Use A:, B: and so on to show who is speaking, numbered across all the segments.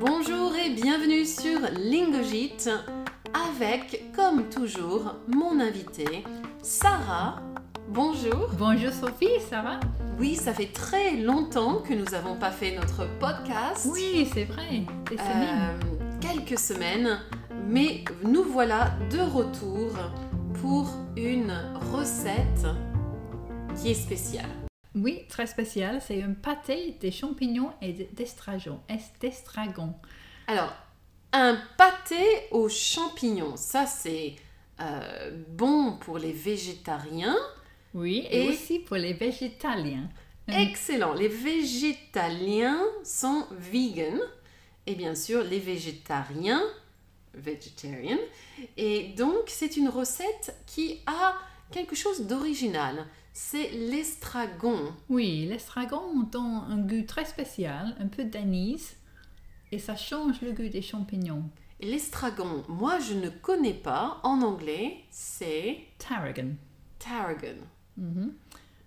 A: Bonjour et bienvenue sur Lingogite avec, comme toujours, mon invitée, Sarah. Bonjour.
B: Bonjour Sophie, ça va
A: Oui, ça fait très longtemps que nous n'avons pas fait notre podcast.
B: Oui, c'est vrai. Des
A: Euh,
B: semaines.
A: quelques semaines, mais nous voilà de retour pour une recette qui est spéciale.
B: Oui, très spécial. C'est un pâté de champignons et de- d'estragon. Est- D'estragon.
A: Alors, un pâté aux champignons, ça c'est euh, bon pour les végétariens,
B: Oui, et,
A: Et-
B: aussi pour les végétaliens. Mm.
A: excellent. Les végétaliens sont vegan et bien sûr les végétariens, vegetarian. Et donc c'est une recette qui a quelque chose d'original. C'est l'estragon.
B: Oui, l'estragon donne un goût très spécial, un peu d'anis, et ça change le goût des champignons.
A: L'estragon, moi je ne connais pas. En anglais, c'est
B: Tarragon.
A: tarragon.
B: Mhm.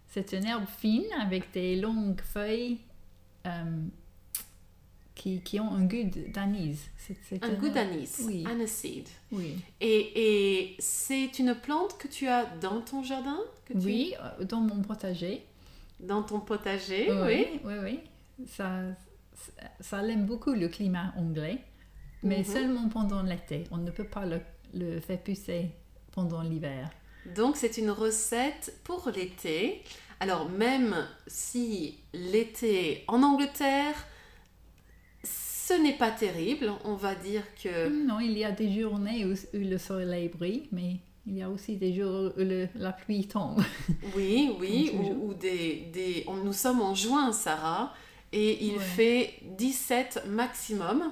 B: C'est une herbe fine avec des longues feuilles euh, qui, qui ont un goût de- d'anis. C'est- c'est
A: Un
B: une
A: goût
B: herbe-
A: d'anis,
B: Oui.
A: aniseed.
B: Oui.
A: Et, et c'est une plante que tu as dans ton jardin que tu-
B: Oui, euh, dans mon potager.
A: Dans ton potager, oui.
B: oui, oui. oui. Ça, ça l'aime beaucoup le climat anglais, mais
A: Mhm.
B: seulement pendant l'été. On ne peut pas le, le faire pousser pendant l'hiver.
A: Donc c'est une recette pour l'été. Alors même si l'été en Angleterre, ce n'est pas terrible, on va dire que...
B: Non, il y a des journées où, où le soleil brille, mais il y a aussi des jours où le- la pluie tombe.
A: Oui, oui,
B: Comme toujours.
A: ou, ou des... des- on- nous sommes en juin, Sarah, et il
B: Ouais.
A: fait 17 maximum.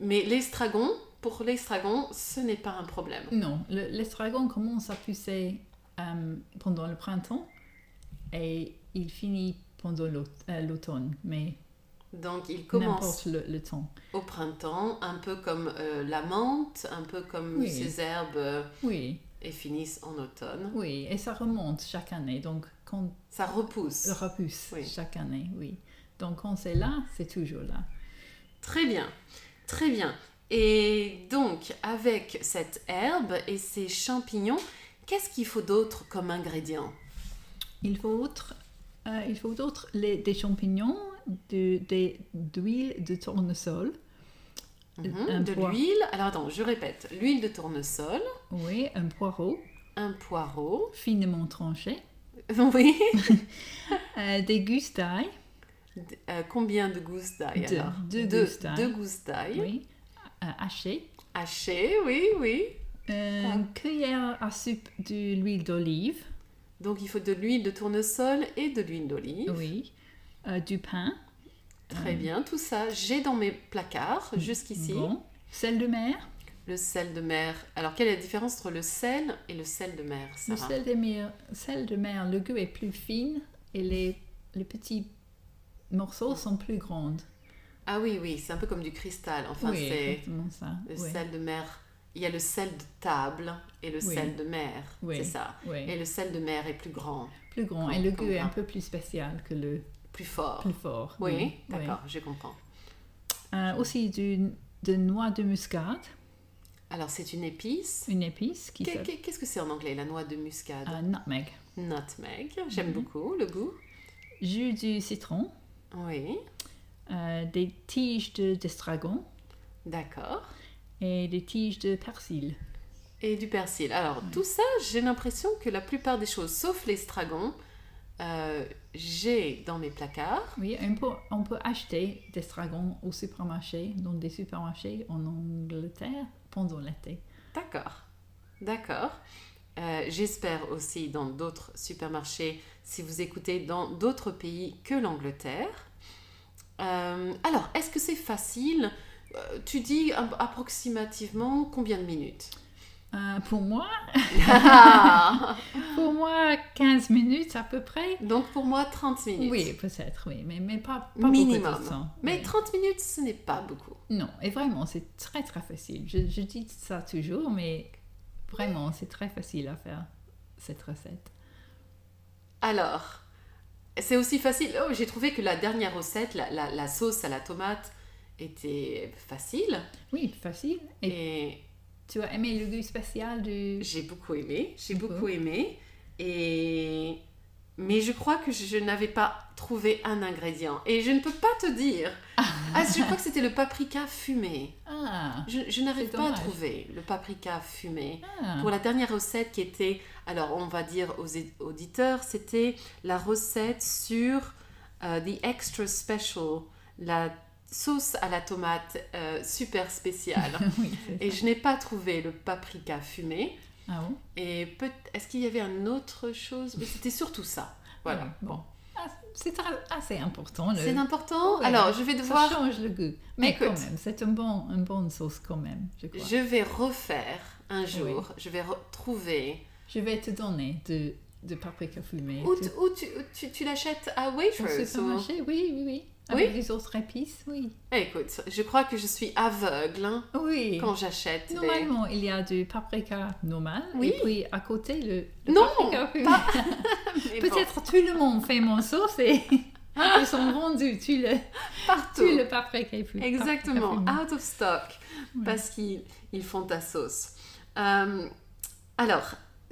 A: Mais l'estragon, pour l'estragon, ce n'est pas un problème.
B: Non, le- l'estragon commence à pousser euh, pendant le printemps et il finit pendant l'aut- euh, l'automne, mais
A: Donc il commence
B: n'importe le, le temps.
A: au printemps, un peu comme euh, la menthe, un peu comme
B: Oui.
A: ces herbes euh,
B: Oui,
A: et finissent en automne.
B: oui, et ça remonte chaque année. Donc, quand
A: Ça repousse.
B: Le repousse
A: Oui.
B: chaque année, oui. Donc quand c'est là, c'est toujours là.
A: Très bien, très bien. Et donc avec cette herbe et ces champignons, qu'est-ce qu'il faut d'autre comme ingrédient
B: Il faut autre, euh, il faut d'autres les- des champignons, de, des- d'huile de tournesol,
A: Mhm,
B: Un
A: De
B: pois-
A: l'huile. Alors attends, je répète. L'huile de tournesol,
B: oui, un poireau
A: un poireau.
B: finement tranché,
A: Oui.
B: euh, des gousses d'ail,
A: D- euh, combien de gousses d'ail
B: Deux.
A: alors
B: Deux gousses d'ail.
A: deux gousses d'ail.
B: oui, euh, haché,
A: Hachées, oui, oui.
B: une cuillère à soupe de l'huile d'olive,
A: Donc il faut de l'huile de tournesol et de l'huile d'olive.
B: oui, euh, du pain,
A: Très bien, tout ça, j'ai dans mes placards jusqu'ici.
B: bon, sel de mer.
A: Le sel de mer. Alors quelle est la différence entre le sel et le sel de mer,
B: Le
A: Sarah
B: sel de mer, sel de mer, le goût est plus fin et les, les petits morceaux sont plus grands.
A: Ah oui, oui, c'est un peu comme du cristal. Enfin,
B: oui,
A: c'est
B: exactement ça.
A: le
B: oui.
A: sel de mer. Il y a le sel de table et le
B: Oui.
A: sel de mer.
B: Oui.
A: C'est ça.
B: oui,
A: Et le sel de mer est plus grand,
B: plus grand
A: quand-
B: et le
A: quand
B: goût est
A: on
B: un
A: va.
B: peu plus spécial que le
A: plus fort.
B: plus fort.
A: Oui, d'accord, je comprends.
B: oui. Euh, aussi du, de noix de muscade,
A: Alors c'est une épice.
B: une épice qui
A: Qu'est-
B: s'appelle
A: qu'est- Qu'est-ce que c'est en anglais La noix de muscade.
B: euh, nutmeg.
A: Nutmeg. J'aime
B: Mhm.
A: beaucoup le goût.
B: Jus du citron,
A: Oui,
B: euh, des tiges de d'estragon
A: d'accord.
B: et des tiges de persil.
A: Et du persil. Alors,
B: Ouais.
A: tout ça, j'ai l'impression que la plupart des choses, sauf l'estragon, euh, j'ai dans mes placards.
B: Oui, on peut, on peut acheter des dragons au supermarché, dans des supermarchés en Angleterre pendant l'été.
A: D'accord. D'accord. Euh, J'espère aussi dans d'autres supermarchés, si vous écoutez dans d'autres pays que l'Angleterre. Euh, alors, est-ce que c'est facile Euh, Tu dis un- approximativement combien de minutes
B: Euh, pour moi,
A: Ah
B: pour moi, 15 minutes à peu près.
A: Donc, pour moi, 30 minutes.
B: Oui, peut-être, oui, mais, mais pas, pas
A: Minimum.
B: beaucoup de temps.
A: Mais
B: oui.
A: 30 minutes, ce n'est pas beaucoup.
B: Non, et vraiment, c'est très très facile. Je, je dis ça toujours, mais vraiment, c'est très facile à faire cette recette.
A: Alors, C'est aussi facile. Oh, j'ai trouvé que la dernière recette, la, la- la sauce à la tomate, était facile.
B: Oui, facile. Et
A: Et
B: tu as aimé le goût spécial du...
A: j'ai beaucoup aimé. J'ai
B: Beaucoup.
A: beaucoup aimé. Et... Mais je crois que je n'avais pas trouvé un ingrédient. Et je ne peux pas te dire. Ah, je crois que c'était le paprika fumé.
B: Ah,
A: Je, je n'arrive
B: C'est
A: pas à
B: dommage.
A: trouver le paprika fumé.
B: ah.
A: Pour la dernière recette qui était, alors on va dire aux é- auditeurs, c'était la recette sur euh, The Extra Special, la sauce à la tomate euh, super spéciale.
B: oui, c'est-
A: et je n'ai pas trouvé le paprika fumé.
B: ah bon
A: Et peut- est-ce qu'il y avait une autre chose Mais c'était surtout ça. Voilà.
B: Ah, Bon. Ah, c'est tra- assez important. Le...
A: C'est important.
B: Euh, Ouais.
A: Alors, je vais
B: Ça
A: devoir
B: change le goût. Mais quand
A: Écoute.
B: même, c'est un bon, une bonne sauce quand même, je crois. Je,
A: Je vais refaire un jour, je vais retrouver.
B: vais te donner de, de paprika fumé.
A: Ou,
B: de-
A: t- ou tu, tu- tu l'achètes Ah à
B: au
A: Waitrose ou-
B: supermarché, oui, oui, oui.
A: Oui.
B: Avec les autres épices, oui.
A: Eh, Écoute, je crois que je suis aveugle hein,
B: Oui.
A: quand j'achète. des-
B: Normalement, il y a du paprika normal.
A: Oui.
B: Et puis à côté, le, le
A: Non,
B: paprika fumé.
A: Mais bon,
B: Peut-être tout le monde fait mon sauce et
A: Ah.
B: ils sont vendus. Tu le,
A: partout.
B: tu le paprika fumé.
A: Exactement, Ah.
B: paprika
A: out of stock,
B: Ouais.
A: parce qu'ils ils font ta sauce. Euh, alors,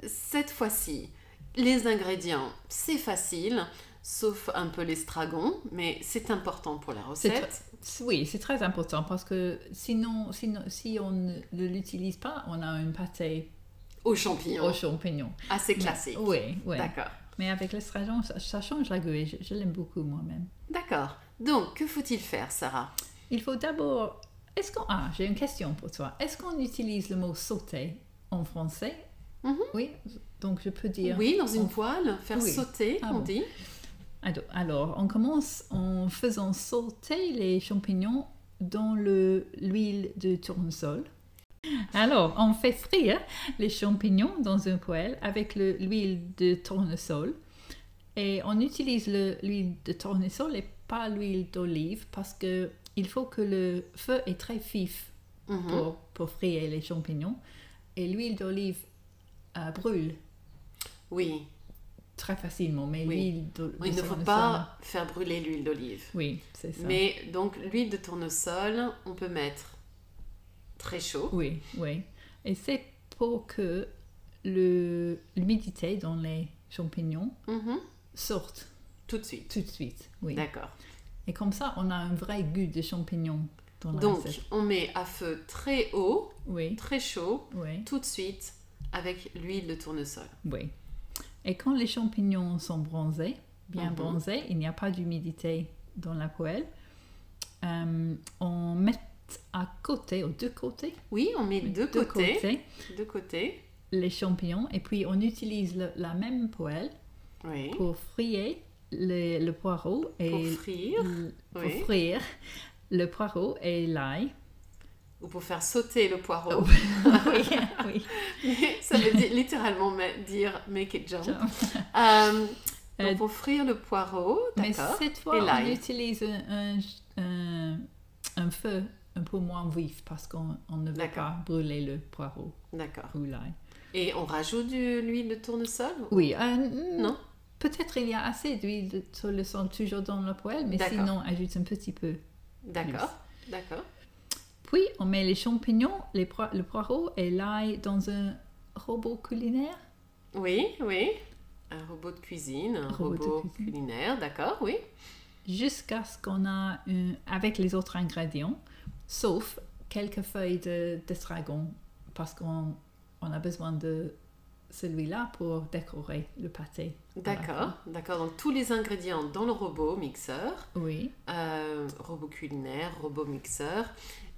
A: cette fois-ci, les ingrédients, c'est facile, sauf un peu l'estragon, mais c'est important pour la
B: C'est
A: recette.
B: fumé. Oui, c'est très important parce que sinon, sinon si on ne l'utilise pas, on a une pâté
A: Aux champignons,
B: aux champignons.
A: assez classique.
B: Oui, oui.
A: D'accord.
B: Mais avec l'estragon, ça, ça change la gueule. Je, je l'aime beaucoup moi-même.
A: D'accord. Donc, que faut-il faire, Sarah
B: Il faut d'abord. Est-ce qu'on. Ah, j'ai une question pour toi. Est-ce qu'on utilise le mot sauter en français
A: Mhm.
B: Oui. Donc je peux dire.
A: Oui, dans une
B: on-
A: poêle, faire
B: Oui.
A: sauter,
B: Ah
A: on
B: bon.
A: dit.
B: Ado- Alors, on commence en faisant sauter les champignons dans le- l'huile de tournesol. Alors, on fait frire les champignons dans un poêle avec le- l'huile de tournesol. Et on utilise le- l'huile de tournesol et pas l'huile d'olive parce que il faut que le feu est très vif
A: Mhm.
B: pour, pour frire les champignons. Et l'huile d'olive euh, brûle
A: Oui,
B: très facilement, mais
A: Oui.
B: l'huile d'o- de
A: il ne faut
B: tournesol,
A: pas faire brûler l'huile d'olive.
B: Oui, c'est ça.
A: Mais donc l'huile de tournesol, on peut mettre très chaud.
B: Oui, oui. Et c'est pour que le- l'humidité dans les champignons
A: Mhm.
B: sorte
A: Tout de suite.
B: tout de suite. Oui.
A: D'accord.
B: Et comme ça, on a un vrai goût de champignons dans la
A: Donc
B: recette.
A: on met à feu très haut,
B: Oui,
A: très chaud,
B: oui,
A: tout de suite avec l'huile de tournesol.
B: oui. Et quand les champignons sont bronzés, bien
A: Mhm.
B: bronzés, il n'y a pas d'humidité dans la poêle, euh, on met à côté, aux deux côtés,
A: Oui, on met de côté,
B: côtés,
A: de côté.
B: les champignons et puis on utilise le- la même poêle
A: Oui.
B: pour frire le, le poireau et
A: Pour frire
B: l- pour
A: oui.
B: frire le poireau et l'ail.
A: ou pour faire sauter le poireau. Ah
B: oui, oui.
A: Oh. Ça veut dire- littéralement ma- dire make it jump.
B: Genre.
A: Euh, donc,
B: Euh,
A: pour frire le poireau,
B: Mais
A: d'accord.
B: cette fois,
A: Et
B: on
A: l'ail.
B: utilise un, un- un- un feu un peu moins vif parce qu'on on ne veut
A: D'accord.
B: pas brûler le poireau
A: D'accord.
B: ou l'ail.
A: Et on rajoute de l'huile de tournesol ou-
B: Oui, euh,
A: Non.
B: Peut-être il y a assez d'huile de tournesol toujours dans la poêle, mais
A: D'accord.
B: sinon ajoute un petit peu.
A: D'accord. D'accord.
B: Puis on met les champignons, les poi- le poireau et l'ail dans un robot culinaire.
A: Oui, oui. Un robot de cuisine, un
B: Robot
A: robot,
B: de cuisine.
A: culinaire, d'accord, oui.
B: jusqu'à ce qu'on a un- avec les autres ingrédients, sauf quelques feuilles de- d'estragon, parce qu'on on a besoin de celui-là pour décorer le pâté.
A: D'accord, d'accord. Donc tous les ingrédients dans le robot mixeur,
B: Oui,
A: euh, robot culinaire, robot mixeur,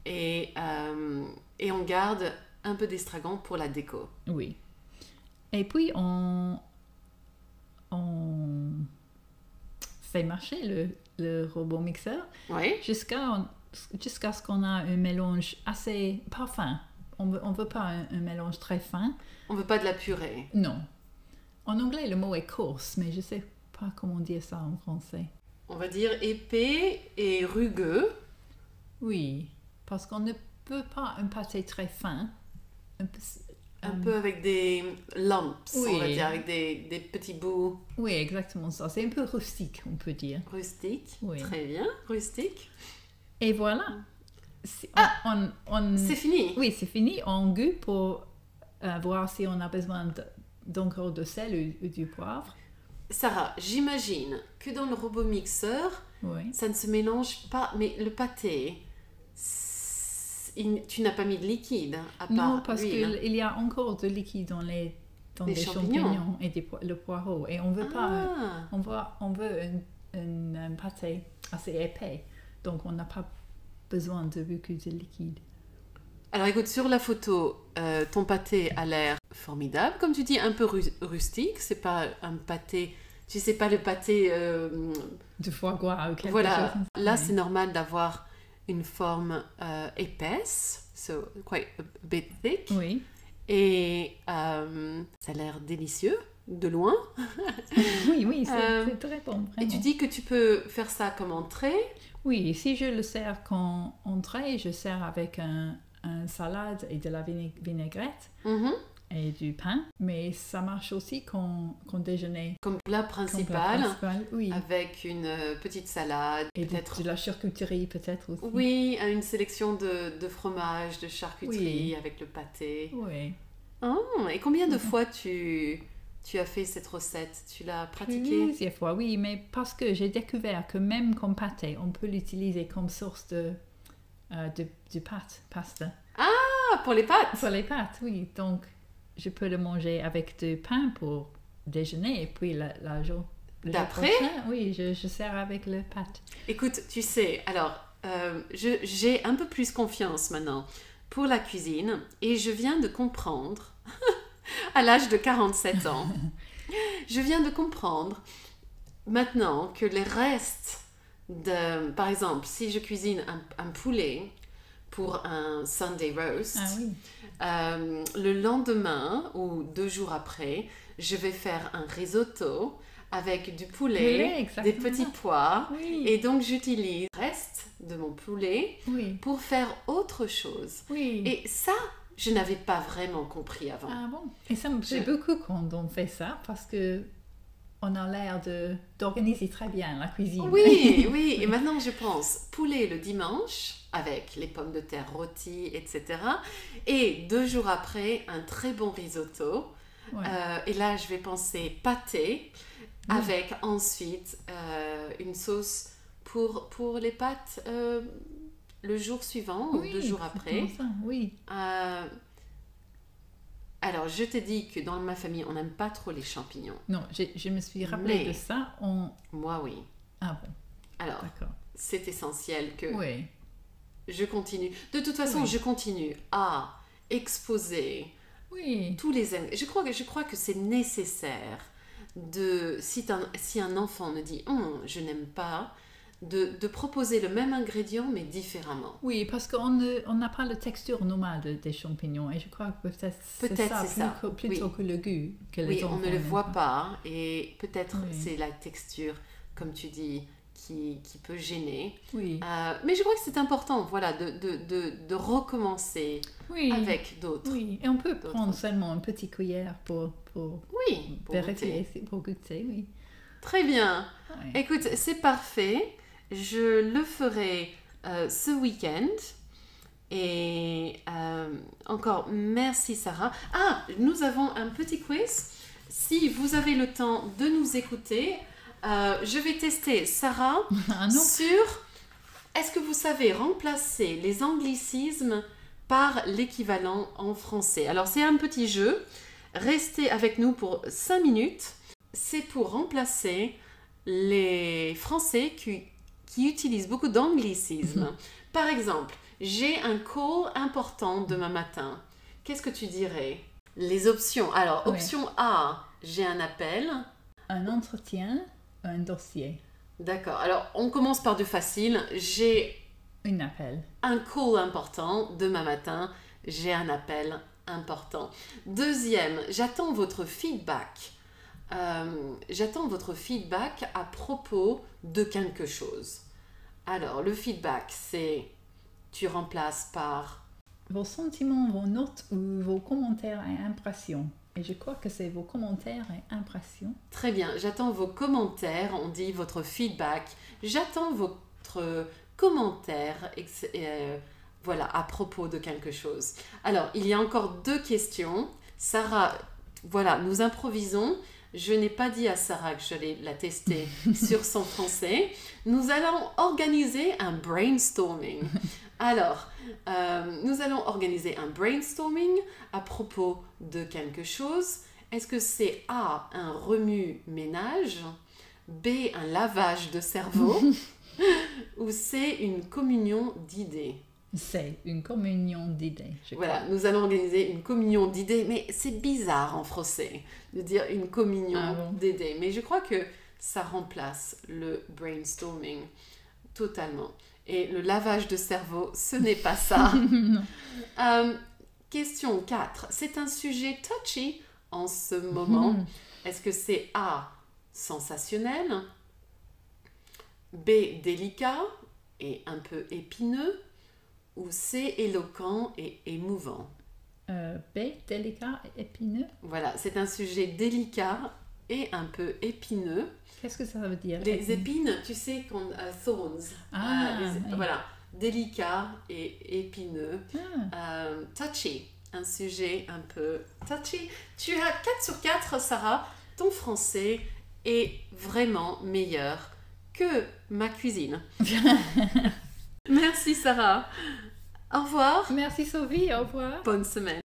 A: et, euh, et on garde un peu d'estragon pour la déco.
B: oui. Et puis on, on fait marcher le, le robot mixeur
A: Oui,
B: jusqu'à jusqu'à ce qu'on a un mélange assez pas fin. On veut, on veut pas un- un mélange très fin,
A: on veut pas de la purée.
B: Non. En anglais, le mot est coarse, mais je sais pas comment dire ça en français.
A: On va dire épais et rugueux.
B: Oui, parce qu'on ne peut pas un pâté très fin, un, p-
A: Un peu avec des lumps, on va
B: Mm. oui.
A: dire, avec des, des petits bouts
B: Oui, exactement ça. C'est un peu rustique, on peut dire.
A: rustiques.
B: Oui.
A: Très bien, rustique.
B: Et voilà. C'est- on- on-
A: Ah! C'est fini.
B: oui, c'est fini. On goûte pour euh, voir si on a besoin de- d'encore de sel ou, ou du poivre.
A: Sarah, j'imagine que dans le robot mixeur,
B: Oui.
A: ça ne se mélange pas, mais le pâté, c'est- il- tu n'as pas mis de liquide hein, à part
B: Non, parce
A: l'huile.
B: qu'il y a encore de liquide dans les, dans
A: Des
B: les
A: champignons.
B: champignons. et des po- le poireau. Et on veut pas.
A: Ah,
B: On veut, on veut un, un- un pâté assez épais. Donc on n'a pas besoin de beaucoup de liquide.
A: Alors écoute, sur la photo, euh, ton pâté a l'air formidable. Comme tu dis, un peu ru- rustique. C'est pas un pâté. Tu sais pas le pâté. euh,
B: De foie gras ou quelque chose
A: voilà.
B: comme ça.
A: Là,
B: Oui.
A: c'est normal d'avoir une forme euh, épaisse. So, quite uh, a bit thick.
B: Oui.
A: Et euh, ça a l'air délicieux, de loin.
B: Oui, oui, c'est
A: Euh,
B: c'est très bon.
A: Et tu
B: vraiment.
A: dis que tu peux faire ça comme entrée.
B: Oui, si je le sers qu'en entrée, je sers avec un, un salade et de la vina- vinaigrette
A: Mhm.
B: et du pain. Mais ça marche aussi qu'en qu'en déjeuner.
A: Comme plat
B: comme plat
A: principal,
B: principal, Oui.
A: avec une euh, petite salade,
B: Et de,
A: peut-être.
B: de la charcuterie peut-être aussi.
A: Oui, à une sélection de, de fromages, de charcuterie avec le pâté.
B: Oui.
A: Ah, et combien
B: Mhm.
A: de fois tu, tu as fait cette recette Tu l'as pratiquée
B: Plusieurs fois, oui, mais parce que j'ai découvert que même comme pâté, on peut l'utiliser comme source de, euh, de, de pâte, pasta.
A: Ah, pour les pâtes
B: Pour les pâtes, oui. Donc, je peux le manger avec du pain pour déjeuner et puis la, la jour. le jour
A: D'après?
B: prochain, Oui, je, je sers avec le pâte.
A: Écoute, tu sais, alors, euh, je- j'ai un peu plus confiance maintenant pour la cuisine et je viens de comprendre, à l'âge de 47 ans, je viens de comprendre maintenant que les restes de, par exemple, si je cuisine un, un poulet pour un Sunday roast,
B: Ah oui.
A: euh, le lendemain ou deux jours après, je vais faire un risotto avec du poulet,
B: Poulet,
A: des
B: exactement.
A: petits pois.
B: Oui.
A: Et donc j'utilise le reste de mon poulet
B: Oui.
A: pour faire autre chose.
B: Oui.
A: Et ça, je n'avais pas vraiment compris avant.
B: Ah bon. Et ça me plaît
A: Je-
B: beaucoup quand on fait ça parce que on a l'air de d'organiser très bien la cuisine.
A: Oui, oui, et maintenant je pense poulet le dimanche avec les pommes de terre rôties, etc. Et deux jours après, un très bon risotto.
B: Ouais. Mm.
A: Euh, et là, je vais penser pâté
B: Oui.
A: avec ensuite euh, une sauce pour, pour les pâtes euh, le jour suivant ou
B: Oui,
A: deux jours
B: exactement
A: après.
B: ça, Oui.
A: Euh, alors, je t'ai dit que dans ma famille, on n'aime pas trop les champignons.
B: Non, j'ai- je me suis rappelée
A: Mais-
B: de ça. On...
A: Moi, oui.
B: Ah bon,
A: Alors,
B: d'accord.
A: c'est essentiel que
B: Oui.
A: je continue. De toute façon,
B: Oui.
A: je continue à exposer
B: Oui.
A: tous les ingrédients. Je crois que, je crois que c'est nécessaire de, si, t'un- si un enfant me dit Hum, je n'aime pas, de, de proposer le même ingrédient mais différemment.
B: Oui, parce qu'on ne- on n'a pas la texture normale de- des champignons et je crois que peut-être c'est
A: Peut-être
B: ça,
A: c'est ça,
B: plus que- plutôt
A: oui.
B: que le goût que les
A: Oui, on
B: enfants
A: ne le
B: aiment
A: voit pas et peut-être
B: Oui.
A: c'est la texture, comme tu dis, qui, qui peut gêner.
B: Oui,
A: Euh, mais je crois que c'est important voilà, de, de, de, de recommencer
B: oui.
A: avec d'autres.
B: Oui, et on peut
A: d'autres.
B: prendre seulement une petite cuillère pour, pour
A: Oui, pour goûter. Ah.
B: vérifier, si- pour goûter, oui.
A: Très bien.
B: Ouais.
A: Écoute, c'est parfait. Je le ferai euh, ce week-end. Et euh, encore merci Sarah. Ah, nous avons un petit quiz. Si vous avez le temps de nous écouter, euh, je vais tester Sarah
B: Ah non,
A: sur est-ce que vous savez remplacer les anglicismes par l'équivalent en français. Alors c'est un petit jeu. Restez avec nous pour 5 minutes. C'est pour remplacer les Français qui, qui utilisent beaucoup d'anglicismes. par exemple, j'ai un call important demain matin. Qu'est-ce que tu dirais Les options. Alors,
B: Ouais.
A: option A, j'ai un appel.
B: un entretien, un dossier,
A: D'accord. Alors, on commence par du facile. J'ai
B: un appel.
A: un call important. Demain matin, j'ai un appel important. Deuxième, j'attends votre feedback. Euh, j'attends votre feedback à propos de quelque chose. Alors, le feedback, c'est tu remplaces par
B: vos sentiments, vos notes ou vos commentaires et impressions. Et je crois que c'est vos commentaires et impressions.
A: Très bien, j'attends vos commentaires, on dit votre feedback, j'attends votre euh, commentaire ex- euh, voilà, à propos de quelque chose. Alors, il y a encore deux questions. Sarah, voilà, nous improvisons. Je n'ai pas dit à Sarah que j'allais la tester sur son français. Nous allons organiser un brainstorming. Alors, euh, nous allons organiser un brainstorming à propos de quelque chose. Est-ce que c'est A, un remue-ménage B, un lavage de cerveau Ou C, une communion d'idées
B: C'est une communion d'idées, je crois.
A: Voilà, nous allons organiser une communion d'idées, mais c'est bizarre en français de dire une communion
B: Ah bon
A: d'idées, mais je crois que ça remplace le brainstorming totalement. Et le lavage de cerveau, ce n'est pas ça. Euh, question 4. C'est un sujet touchy en ce moment.
B: Mhm.
A: Est-ce que c'est A, sensationnel B, délicat et un peu épineux Ou C, éloquent et émouvant
B: Euh, B, délicat et épineux.
A: Voilà, c'est un sujet délicat et un peu épineux.
B: Qu'est-ce que ça veut dire
A: Les épines, tu sais, qu'on euh, thorns.
B: Ah,
A: Euh, les-
B: oui.
A: Voilà, délicat et épineux.
B: Ah,
A: Euh, touchy, un sujet un peu touchy. Tu as 4 sur 4, Sarah. Ton français est vraiment meilleur que ma cuisine. Merci, Sarah. Au revoir.
B: Merci Sophie, au revoir.
A: Bonne semaine.